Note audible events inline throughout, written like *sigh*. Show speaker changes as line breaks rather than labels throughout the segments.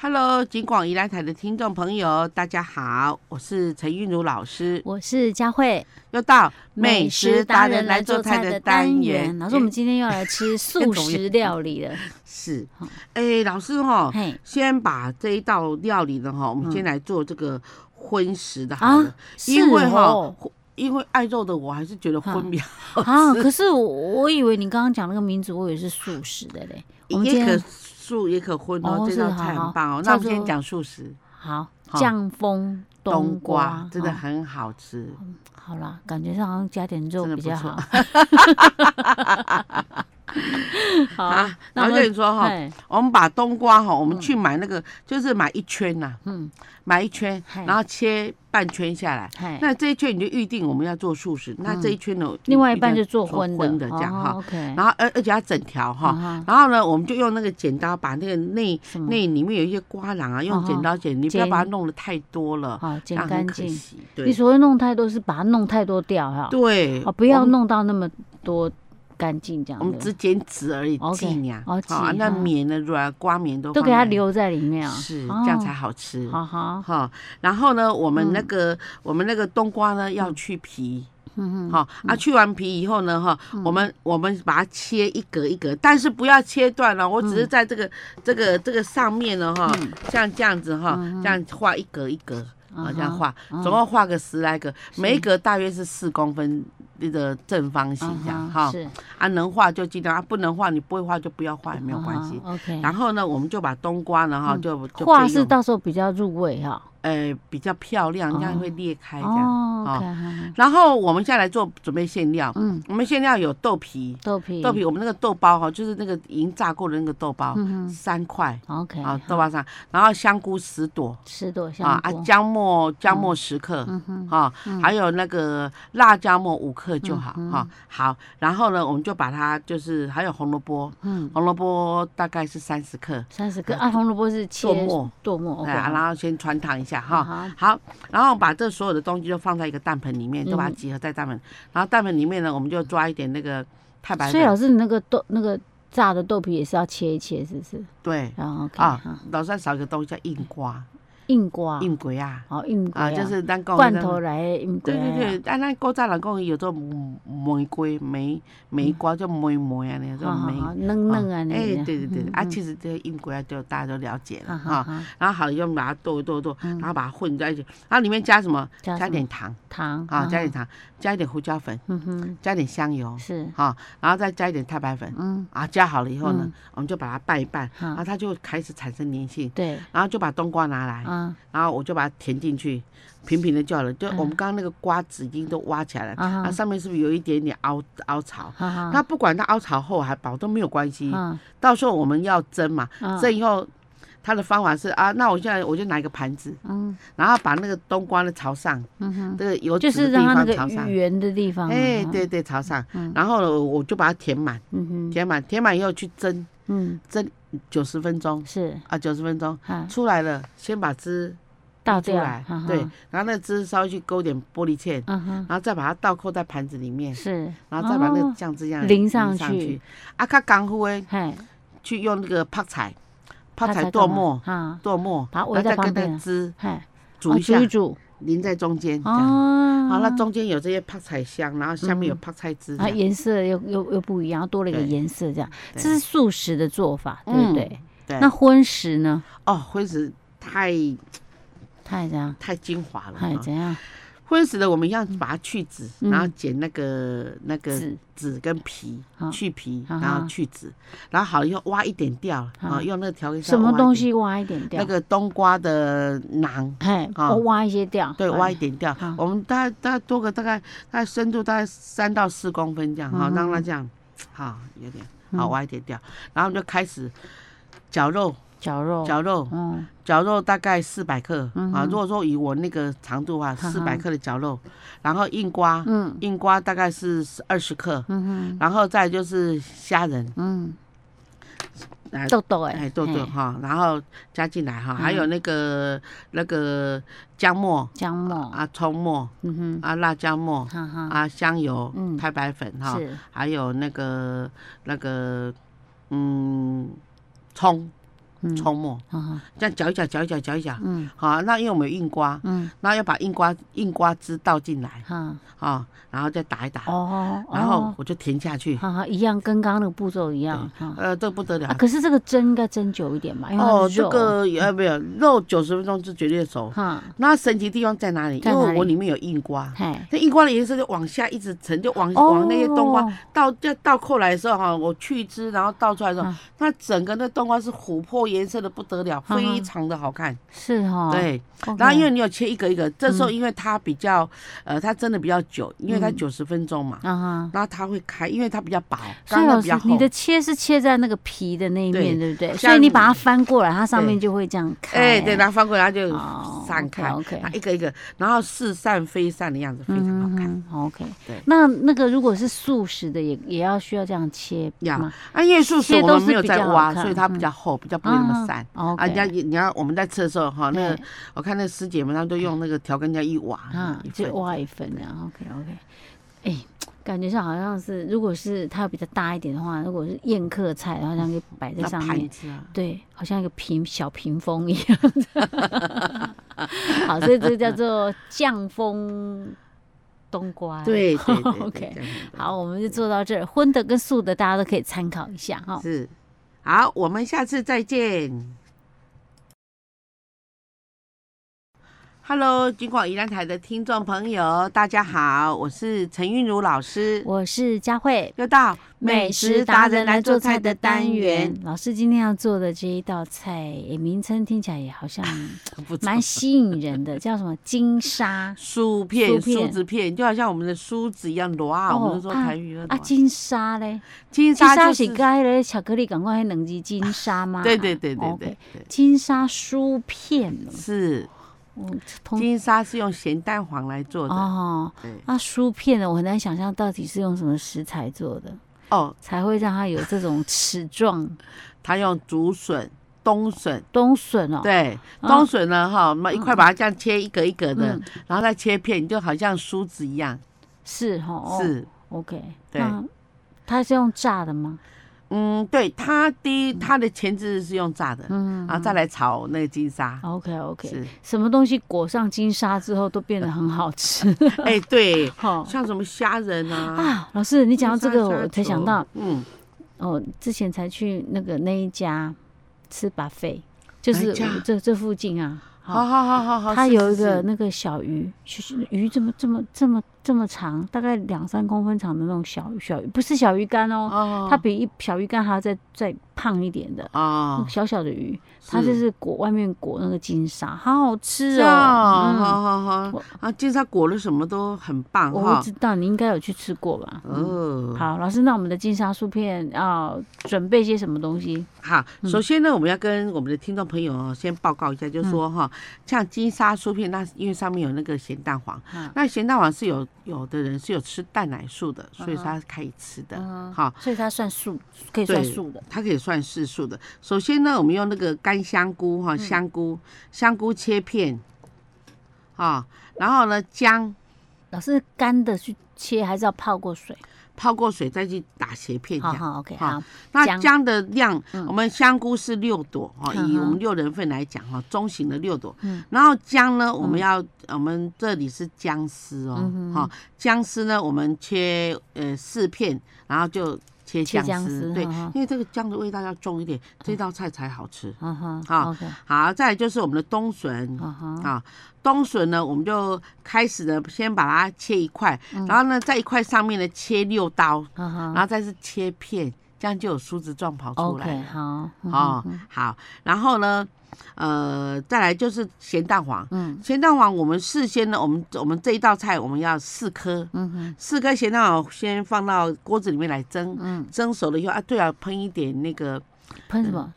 Hello，金广宜兰台的听众朋友，大家好，我是陈韵如老师，
我是佳慧，
又到美食达人来做菜的单元。
老师，我们今天要来吃素食料理
*laughs*
了。
是，哎、老师哈、
嘿，
先把这一道料理呢哈，我们
嗯
先来做这个荤食的好了，
啊，
因为
是
哈、
哦
因为爱肉的我还是觉得荤比较
*laughs*
好吃，
啊，可是我我以为你刚刚讲那个民族，我以为是素食的嘞。我们今
也可
天
素也可荤哦，
哦
这
是
道菜
好
很
好
棒哦。那
差
我
不
们先
多
讲素食，
好
好
酱风冬瓜，
真的
好
很好吃。
好啦，感觉上好像加点肉
真的
比较
不错
好。 *laughs* 好
啊，然后跟你说哈，
嘿
我们把冬瓜哈，我们去买那个，就是买一圈呐，
嗯，
买一圈，
嘿
然后切半圈下来。
嘿，嗯
那这一圈你就预定我们要做素食，那这一圈呢，
另外一半
定
就
要
做荤
荤
的
这样
哦
哈。
OK，嗯
然后而而且要整条哈，
哈，
然后呢，我们就用那个剪刀把那个内
什么
内里面有一些瓜瓤啊，用
哦
剪刀剪，你不要
剪
把它弄得太多了，
好
这
剪
样很
干
可
净。
惜。
你
对
所谓弄太多是把它弄太多掉哈，
对，
哦，不要
我们
弄到那么多干净这样
我们只
子，
剪籽而已，
OK，
茎呀，
哦
好，
茎
那
哈
棉的软瓜棉都
都
放
给它
在
留在里面啊，
是
哦
这样才好吃。
好好，
好，然后呢，我们
嗯
那个、我们那个冬瓜呢要去皮，
嗯嗯，嗯
好、啊，去完皮以后呢，哈、我们我们把它切一格一格，但是不要切断了，我只
嗯
是在这个、这个这个上面呢，哈、像这样子哈，
嗯
这样画一格一格。啊，这样画，总共画个十来个，每一格大约是四公分那个正方形这样
嗯
哈。
是
啊，能画就尽量，啊不能画你不会画就不要画也没有关系。
嗯，OK，
然后呢，我们就把冬瓜呢哈就就
画
备
是
用
到时候比较入味哈，
呃比较漂亮，这样
哦
会裂哎开这样。
哦，OK，
哦
好好
然后我们下来做准备馅料，
嗯，
我们馅料有豆皮，
豆皮，
豆皮我们那个豆包哈，就是那个已经炸过的那个豆包，
嗯
三块
哼，OK，
啊豆包上，然后香菇十朵
十朵香
啊啊
菇，
姜末姜末十克。
嗯哼，
啊，还有那个辣椒末五克就好
嗯
哈、好，然后呢，我们就把它就是还有红萝卜，
嗯，
红萝卜大概是三十克，
三十个啊，红萝卜是切
呃剁末，
剁末，OK，
哎啊，然后先穿烫一下哈。
好，
好，然后把这所有的东西都放在一个蛋盆里面，都把它
嗯
集合在蛋盆。然后蛋盆里面呢，我们就抓一点那个太白
所以老
粉，
师，你那个豆那个炸的豆皮也是要切一切，是不是？
对
然后 OK，
啊
好，
老算少一个东西叫硬瓜、
硬瓜，
硬鬼啊，
好硬瓜
啊，就是咱讲
罐
那
头
个。
来的硬瓜
对
啊，
对对，啊，咱古早人讲有做玫瑰梅梅瓜叫梅梅啊，那种
好好
梅。
好，嫩嫩啊，那
哎，对
个
对对，
嗯
啊，
嗯
其实这个硬鬼啊，就大家都了解了
好
啊
好。好，
然后好了，就把它剁一剁一剁，然后把它混在一起，然后里面加什么？
嗯加
啊加
什么哦
点糖
糖
啊，加，点
好
糖，加一点胡椒粉，
嗯哼，
加点香油，
是，
好，然后再加一点太白粉，
嗯，
啊，加好了以后呢，
嗯
我们就把它拌一拌，然后
好，
它就开始产生粘性，
对，
然后就把冬瓜拿来，
啊
然后我就把它填进去，平平的就好了。就我们
嗯
刚刚那个瓜子已经都挖起来了，
啊
啊，
哈，
上面是不是有一点点凹凹槽？
好好，
那不管它凹槽厚还薄都没有关系，
嗯
到时候我们要蒸嘛，
嗯
蒸以后。它的方法是啊，那我现在我就拿一个盘子，
嗯
然后把那个冬瓜呢朝上，
嗯哼，
这个油
就
脂
是
的地
让它那
方朝上
个，圆的地方，
哎，
嗯，
对对，朝上
嗯，
然后呢，我我就把它填满，
嗯哼，
填满，填满以后去蒸
嗯，
九十分钟
是，
啊，九十分钟
啊，
出来了，先把汁
倒
沥出
掉
来
哈，哈
对，然后那个汁稍微去勾点玻璃芡，
嗯哼，
然后再把它倒扣在盘子里面，
是，
然后再把那个
哦
酱汁这样
淋上去
去。啊，较功夫诶，
嘿，
去用那个泡菜，泡
它
菜
才
剁
干嘛
末，
啊，
剁末，
把它
然
围
后
在
再跟
旁
那
边
个
啊
汁
嘿，
煮
哦
一下
煮一，煮，
淋在中间，这样。
哦，
好，那中间有这些泡菜香，然后下面有泡菜汁这
啊，
样，
颜色又又又不一样，多了一个
对
颜色，这样，
对
这是素食的做法，对不
嗯
对？
对
那荤食呢？
哦，荤食太
太怎样？
太精华了。
太
啊
怎样？
荤食的我们一样把它去籽，
嗯
然后剪那个那个
籽
籽跟皮，
啊
去皮，
啊哈
然后去籽，然后好了以后挖一点掉了啊，
啊
用那个调味
什
上挖
么
一
东
点？
西挖一点掉？
那个冬瓜的囊。
嘿，
啊
我挖一些掉。
对，
哎
挖一。点掉
好，
我们大概大概多个大概大概深度大概三到四公分这样哈，
嗯
让它这样，好有点好
嗯
挖一点掉，然后我们就开始绞肉，
绞肉。
绞肉，
嗯，
绞肉大概四百克、
嗯
啊，
哼
如果说以我那个长度啊，
哈哈
四百克的绞肉，然后硬瓜，
嗯
硬瓜大概是二十克，
嗯哼
然后再就是虾仁，
嗯
啊，
豆豆哎，
哎，豆豆
嘿嗯
哈，然后加进来哈，还有那个那个姜末
姜末。
啊、葱末
哦嗯
啊、辣椒末
哼，哈哈。
啊、香油、
嗯
太白粉哈，
是
还有那个那个嗯葱葱末，
嗯
这样搅一搅，搅一搅，搅一搅。
嗯
好，那因为我们有硬瓜，
嗯，
然后要把硬瓜硬瓜汁倒进来
哈
啊，然后再打一打，
哦，
然后我就填下去。
哈哈一样，跟刚刚那个步骤一样哈。
呃，这不得了
啊，。可是这个蒸应该蒸久一点吧，因为它
哦，
是
这
肉
个呃没有肉九十分钟是绝对熟。
哈，
那神奇地方在哪里？
在
因
哪里
为我里面有硬瓜，
嘿，
那硬瓜的颜色就往下一直沉，就往
哦
往那些冬瓜倒就倒扣来的时候哈，我去汁然后倒出来的时候
啊，
那整个那冬瓜是琥珀颜色的不得了，
嗯
非常的好看。
是哈，
对，
OK，嗯
然后因为你有切一个一个，这时候因为它比较呃，它真的比较久，因为它九十分钟嘛，
啊哈。
然后它会开，因为它比较薄，
所
刚
以
刚
老
比
师
较，厚
你。的切是切在那个皮的那一
对
面，对不对？
像
所以你把它翻过来，它上面
对
就会这样开。
哎，对，然后翻过来它就
哦
散开，
OK，OK
那一个一个，然后似散非散的样子，非常好看。
嗯哼，OK。
对
那那个如果是素食的也，也要需要这样切
要
吗？
啊，因为素食
切
我
嗯都
们
是
没有
比
在
较好
挖，
看
所以它比
嗯
较厚，比较不会那么散。
啊
啊，
，OK，
人家你要我们在吃的时候哈，那个
对
我看那师姐们，她们都用那个调羹这样一挖
啊
一，份
就挖一份这样，OK OK。哎、感觉上好像是，如果是它比较大一点的话，如果是宴客菜，好像可以摆在
那
上
盘
面，
子啊，
对，好像一个屏小屏风一样的。 *laughs* 好，所以这个叫做降风冬瓜。
对对对对
*laughs* OK
这样很多
好，我们就做到这儿，荤的跟素的大家都可以参考一下哈。
是，好，我们下次再见。Hello，金广宜兰台的听众朋友，大家好，我是陈韵如老师，
我是佳慧，，。
又到
嗯老师今天要做的这一道菜，诶名称听起来也好像
*laughs* 不错
蛮吸引人的，叫什么金沙
酥片、
酥片
酥子片，就好像我们的梳子一样螺啊，
哦
我们都说
啊
台语的螺
啊？金沙嘞，
金
金
沙
沙
就是是
跟那个巧克力赶快还能及金沙吗？
对对对对
哦 OK
对，对
金沙酥片哦，
是
我
嗯
通
金沙是用咸蛋黄来做的，
哦，
对
那酥片呢，我很难想象到底是用什么食材做的，
哦，
才会让它有这种齿状。
它用竹笋、冬笋。
冬笋哦，
对，
啊
冬笋呢，哈，我们一块把它这样切一格一格的
嗯，
然后再切片，就好像梳子一样。
是哈、哦，
是，
OK，
对
那它是用炸的吗？
嗯，对，它第一，它的前置是用炸的，
嗯
然后再来炒那个金沙。
，OK OK，
是，
嗯 *laughs* 什么东西裹上金沙之后都变得很好
*laughs*
吃，
哎，对，
好、
像什么虾仁啊，
啊，老师，你讲到这个，
金沙
我才
虾
想
球
到，，
嗯，
哦，之前才去那个那一家吃 buffet，就
哪一
是
家
我这这附近啊，
好好好好好，
它
是
有一
是
个
是
那个小鱼，是是鱼这么这么这么这么长，大概两三公分长的那种小小鱼，不是小鱼干哦，
哦
它比一小鱼干还要再再胖一点的，那
哦
个，小小的鱼，嗯它就是是裹外面裹那个金沙，好好吃
这样，
哦。
好好好
我，
啊，金沙裹了什么都很棒
嗯，我不
哈
知。道，你应该有去吃过吧？嗯，
哦，
好，老师，那我们的金沙酥片要、准备些什么东西？
好，
嗯
首先呢，我们要跟我们的听众朋友哦，先报告一下，
嗯
就是说哈，像金沙酥片，那因为上面有那个咸蛋黄
嗯，
那咸蛋黄是有有的人是有吃蛋奶素的，所以
嗯哼
他可以吃的
嗯，
好。
所以它算素，可以
对
算素的。
它可以算是素的。首先呢，我们用那个干香菇
嗯
哈，香菇，香菇切片，啊，然后呢姜
老师干的去切，还是要泡过水？
泡过水再去打斜片，这
好
样
好，OK，
好
好，
那
姜
姜的量，
嗯
我们香菇是六朵哈，
嗯
以
哼
我们六人份来讲哈，中型的六朵
嗯。
然后姜呢，我们要我们这里是姜丝哦
嗯，哼
哈，姜丝呢我们切呃四片，然后就切
切
姜
姜
丝，
丝
对
嗯哼，
因为这个姜的味道要重一点，这道菜才好吃。
嗯哼
好
，OK，
好，再来就是我们的冬笋。
嗯哼，
啊，冬笋呢，我们就开始呢，先把它切一块，然后呢，在一块上面呢切六刀，
嗯
然
哼
后再是切片，这样就有梳子状跑出来
，OK，
了。
好，嗯
哦
哼，
好，然后呢，呃，再来就是咸蛋黄。
嗯
咸蛋黄，我们事先呢，我们我们这一道菜我们要四颗，
嗯哼，
四颗咸蛋黄先放到锅子里面来蒸，
嗯，
蒸熟了以后啊，对啊，喷一点那个
喷什么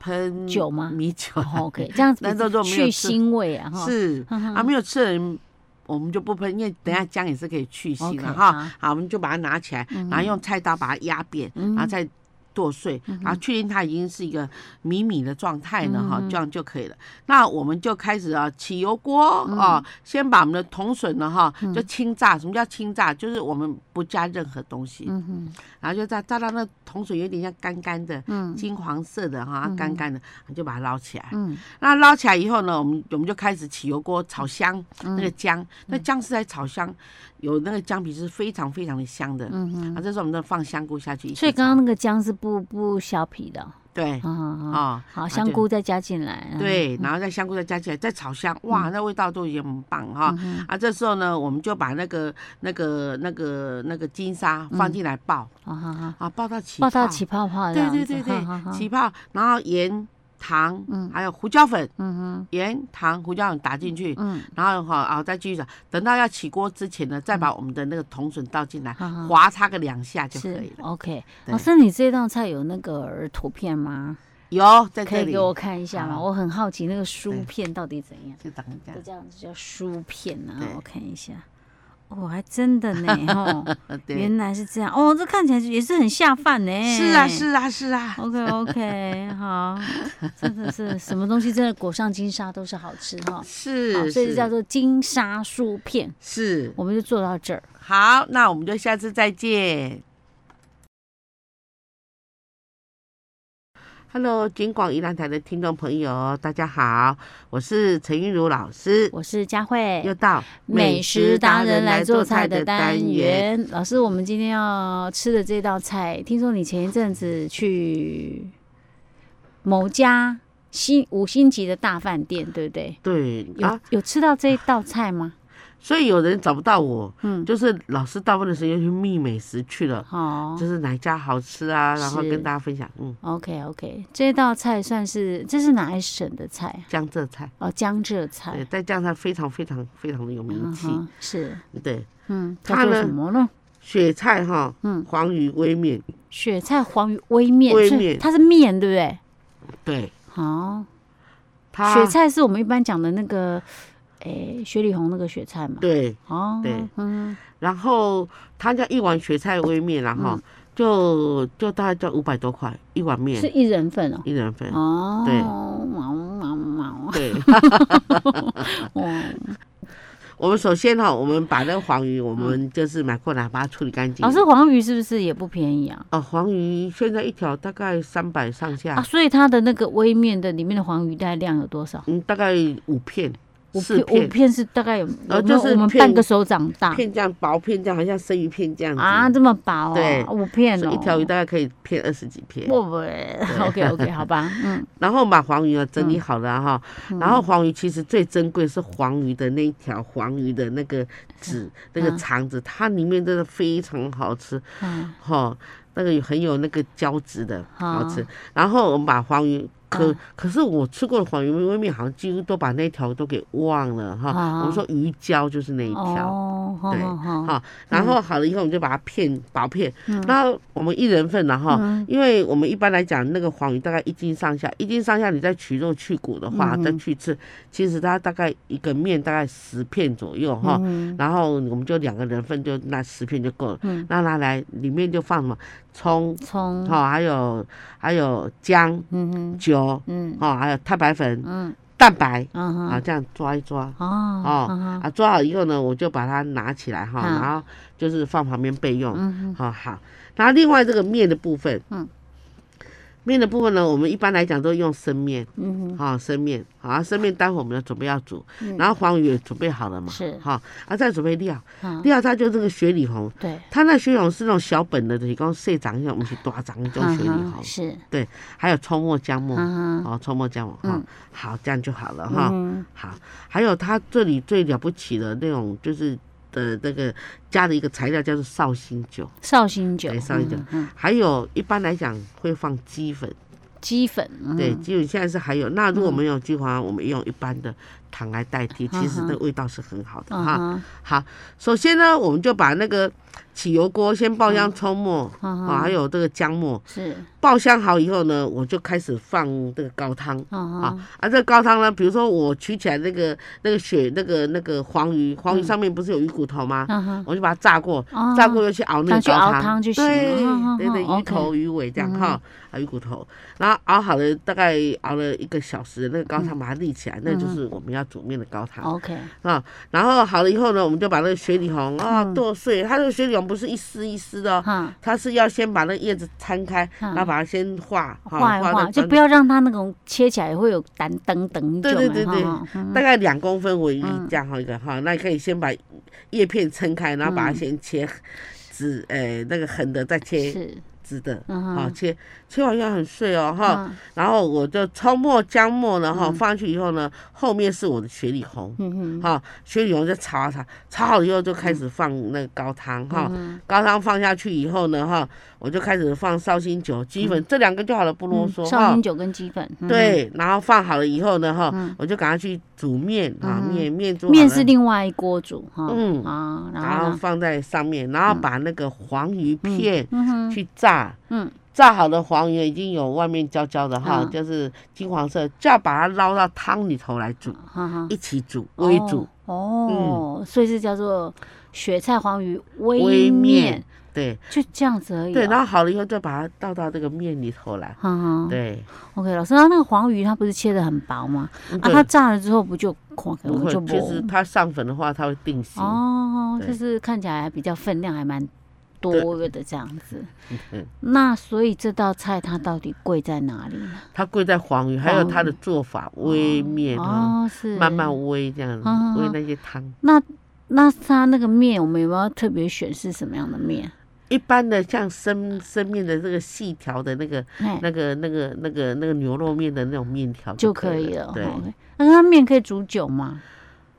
喷
呃酒吗
米酒啊，
*laughs* 哦？OK，这样
嗯
子
那这种没有
去
吃
腥味啊，哈，
是
嗯哼
啊，没有吃的人我们就不喷，因为等一下姜也是可以去腥的
嗯 OK，
哈
好。嗯
好，我们就把它拿起来，然后用菜刀把它压扁，然后再剁碎，
嗯
然后确定它已经是一个米米的状态呢，
嗯
哈，这样就可以了。那我们就开始啊，起油锅
嗯
啊，先把我们的铜笋呢，哈，就清炸。什么叫清炸？就是我们不加任何东西，
嗯哼，
然后就炸炸到那铜笋有点像干干的，
嗯
金黄色的哈，干干的，你就把它捞起来。
嗯
那捞起来以后呢，我们我们就开始起油锅炒香
嗯
那个姜，那姜是在炒香，有那个姜皮是非常非常的香的。
嗯哼，
啊，这时候我们就放香菇下去一起炒，
所以刚刚那个姜是不不削皮的哦，
对
啊啊，啊
啊，
好，
啊
香。菇再加进来，嗯
就对，然后再香菇再加起来，再炒香，哇，那味道都已经很棒
嗯
哈。啊，这时候呢，我们就把那个、那个、那个、那个金沙放进来爆
啊，好好，
啊，爆到起
爆到
泡
起泡泡这
对
样
对
子，
对
哈哈
对，
哈
起泡，然后盐、糖，还有胡椒粉，
嗯
盐、糖、胡椒粉打进去
哼，，嗯，
然后哈啊再继续炒，等到要起锅之前呢，再把我们的那个铜笋倒进来，
好好。
划它个两下就可以
是
了。
OK，
对
老师，你这道菜有那个图片吗？
有在
可
这
以
里
给，我看一下吗？
好
我很好奇那个
对
酥片到底怎样。
就长这
这
样
这样子叫酥片啊
对，
我看一下。哦，还真的
*laughs*
呢，哦，
呃，对，
原来是这样。哦，这看起来也是很下饭呢。
是啊，。是啊，是啊。*laughs*
OK OK，好，真的是什么东西真的裹上金沙都是好吃哈。好
是，
所以
是
就叫做金沙酥片，
是
我们就做到这儿。
好，那我们就下次再见。Hello，金广宜兰台的听众朋友，大家好，我是陈韵如老师，
我是佳慧，
又到
美食达人来做菜的单。元。老师，我们今天要吃的这道菜，听说你前一阵子去某家星五星级的大饭店，对不对？
对
有、
啊，
有吃到这一道菜吗？
所以有人找不到我，
嗯，
就是老师大部分的时间去觅美食去了，
好
就是哪一家好吃啊，然后
哦是
跟大家分享。嗯，
，OK OK，这道菜算是这是哪一省的菜啊？
江浙菜，
哦，江浙
对，
菜。
在江浙菜非常非常非常的有名
嗯
气。
哼，是，
对，
嗯，叫
它
做
呢
什么呢？
雪菜哈，
嗯
黄鱼微面，
雪菜黄鱼微面，
微
所以
面
它是面，对不对？
对，
好，
它
雪菜是我们一般讲的那个，诶、雪里红那个雪菜嘛。
对，
哦，
对
嗯，
然后它叫一碗雪菜微面啦
嗯
哈，就就大概叫五百多块一碗
是
面，
一人份哦。
一人份。
哦，
对啊
毛毛毛，
对， *laughs*
哦，
我们首先哈，我们把那个黄鱼，我们就是买过来把它处理干净。
老师，黄鱼哦是不是也不便宜啊？
哦，黄鱼现在一条大概三百上
啊，
下，
所以它的那个微面的里面的黄鱼大概量有多少？
嗯，大概五片，
五
四
片，五
片，
片是大概有，
呃
有没
就
有
是
我们
片
半个手掌大
片这样薄片这样，好像生鱼片这样子
啊，，这么薄哦
对
五片
所
哦，
以一条鱼大概可以片二十几片。
不不，OK *laughs* OK，好
*laughs*
吧，嗯，
然后把黄鱼啊整理好了哈，然后黄鱼其实最珍贵是黄鱼的那一条黄鱼的那个籽，那个肠子，它里面真的非常好吃
嗯
哈、那个有很有那个胶质的
啊
好吃。然后我们把黄鱼。可可是我吃过的黄鱼味面好像几乎都把那条都给忘了哈。
啊
我们说鱼胶就是那一条，
哦，好
对
好好，
哈。然后好了以后，我们就把它片薄片。然后我们一人份了哈，
嗯
因为我们一般来讲，那个黄鱼大概一斤上下，一斤上下，你再取肉去骨的话，
嗯
再去吃，其实它大概一个面大概十片左右哈。
嗯
然后我们就两个人份，就那十片就够了。
嗯
那拿来里面就放什么葱，
葱，
哈、还有还有姜、
嗯哼，
酒，
嗯
哈、还有太白粉、
嗯
蛋白
嗯
啊，
哼，
这样抓一抓，
哦
哦
嗯哼
啊，抓好以后呢，我就把它拿起来哈，
嗯
然后就是放旁边备用。
嗯哼。
好、好，然后另外这个面的部分，
嗯，
面的部分呢，我们一般来讲都用生面，
嗯
好、生面，好、啊，生面待会我们要准备要煮，
嗯
然后黄鱼也准备好了嘛，
是
好、啊，再准备料，
哼，
料它就这个雪里红，
对，
它那雪里红是那种小本的，就是讲细长一种，我们是大长一种雪里
嗯
红
哼，是，
还有葱末、姜末，
嗯哼，
哦，葱末、姜末，哈、
嗯
好，这样就好了哈。
嗯
好，还有它这里最了不起的那种就是的那个加的一个材料叫做绍兴酒，
哼，绍兴酒，
对绍兴酒
嗯哼，嗯
还有一般来讲会放鸡粉，
鸡粉，嗯
对，，鸡粉现在是还有。那如果没有鸡粉，我们用一般的糖来代替，其实
嗯哼
那味道是很好的
嗯
哈。
哼，
好，首先呢，我们就把那个起油锅，先爆香葱末，啊、
嗯嗯
还有这个姜末。
是，
爆香好以后呢，我就开始放这个高汤
嗯
啊
嗯
啊，这个高汤呢，比如说我取起来那个那个血那个那个黄鱼，黄鱼上面不是有鱼骨头吗？
嗯哼，
我就把它炸过，
哦
炸过又去熬那个
这
高
样去熬
汤，
汤就行
对
了
对对，
哦哦哦
鱼头、鱼尾这样
嗯
哈，啊鱼骨头，然后熬好了大概熬了一个小时，那个高
嗯
汤把它沥起来，那就是我们要煮面的高汤
OK，
啊。然后好了以后呢，我们就把那个雪里红啊
嗯
剁碎，它这个雪里红不是一丝一丝的哦，
哈，
它是要先把那叶子摊开，
嗯
然后把它先化，哈
画一画，
在
就
砖
不要让它那种切起来会有等等等一种
对
的，
对对对
哈嗯
大概两公分为一
嗯
这样哈一个哈，那你可以先把叶片撑开，然后把它
嗯
先切直，呃，那个横的再切
是，
直的，
嗯
好
哼，
切切完要很碎哦哈。
嗯
然后我就葱末、姜末呢哈放上去以后呢，后面是我的雪里红。
嗯哼，
哈，雪里红就炒啊炒，炒好了以后就开始放那个高汤哈，
嗯
高汤放下去以后呢哈，我就开始放绍兴酒、鸡粉，这两个就好了，不啰嗦
嗯
哈。
绍兴酒跟鸡粉，嗯，
对，然后放好了以后呢，哈、我就赶快去煮面啊，
嗯哼
面面做好
面
了
是另外一锅煮哈，
嗯
啊，然
然
后
后
呢，
放在上面，然后把那个黄鱼片
嗯哼，
去炸，
嗯，
炸好的黄鱼已经有外面焦焦的哈，
嗯
就是金黄色，就要把它捞到汤里头来煮，
哈哈，
一起煮微煮，嗯
哦，哦，所以是叫做雪菜黄鱼
微
微
面
面，
对
就这样子而已哦，嗯
对，然后好了以后就把它倒到这个面里头来，
哈哈，
对，
OK，老师，那那个黄鱼它不是切的很薄吗？啊，
嗯对
它炸了之后不就狂
不会
就，
其实
薄
它上粉的话，它会定型，
哦，
对
就是看起来还比较分量还蛮多的这样子。
嗯
那所以这道菜它到底贵在哪里呢？
它贵在黄鱼，还有它的做法微面嗯哈。
哦，是
慢慢煨这样子，
嗯嗯
煨
嗯
那些汤。
那那它那个面，我们有没有特别选是什么样的面？
一般的像生生面的这个细条的那个、
哎，
那个、那个、那个、那个牛肉面的那种面条
就
可
可以
了。
了。
对，
哦那它面可以煮久吗？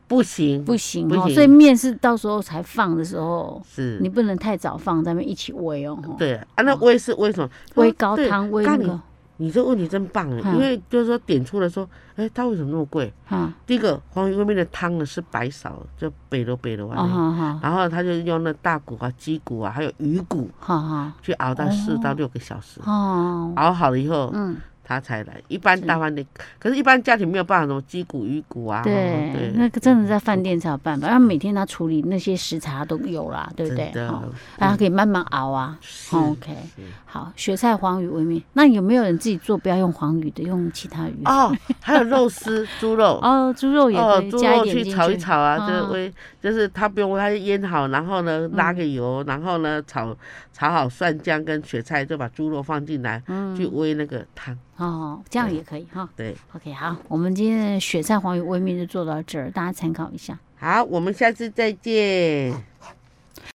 不行，
不行
不
哦，
行
所以面是到时候才放的时候，你
是，
不能太早放，咱们一起煨哦。哦，
对啊，那煨是为什么？
煨
说
高。
对
汤，煨
咖
那
喱
个。
你这问题真棒哎，
嗯
因为就是说点出了说，哎，它为什么那么贵？
啊，
第一个黄鱼煨面的汤呢是白勺，就北楼北楼
哦，
啊，
好好
然后他就用那大骨啊、鸡骨啊，还有鱼骨
好好
去熬到四到六个小时，
哦，
熬好了以后，
嗯，
他才来。一般大饭店，可是一般家庭没有办法什么鸡骨、鱼骨啊。哦
对，那个真的在饭店才有办法，要每天他处理那些食材都有啦，对不对？
真的嗯
哦，大家可以慢慢熬啊。
是
哦 OK，
是
好，雪菜黄鱼为面，那有没有人自己做？不要用黄鱼的，用其他鱼。啊
哦，还有肉丝、猪肉。
*laughs* 哦，猪肉也
哦
可，以
猪
加一
肉
点
去
进
炒一
去。
炒啊，
嗯
就是微，就是它不用，它腌好，然后呢拉个油，然后呢炒炒好蒜姜跟雪菜，就把猪肉放进来，
嗯
去煨那个汤。
哦，这样也可以哈。
对，
OK，好，我们今天的雪菜黄鱼微面就做到这儿，大家参考一下。
好，我们下次再见。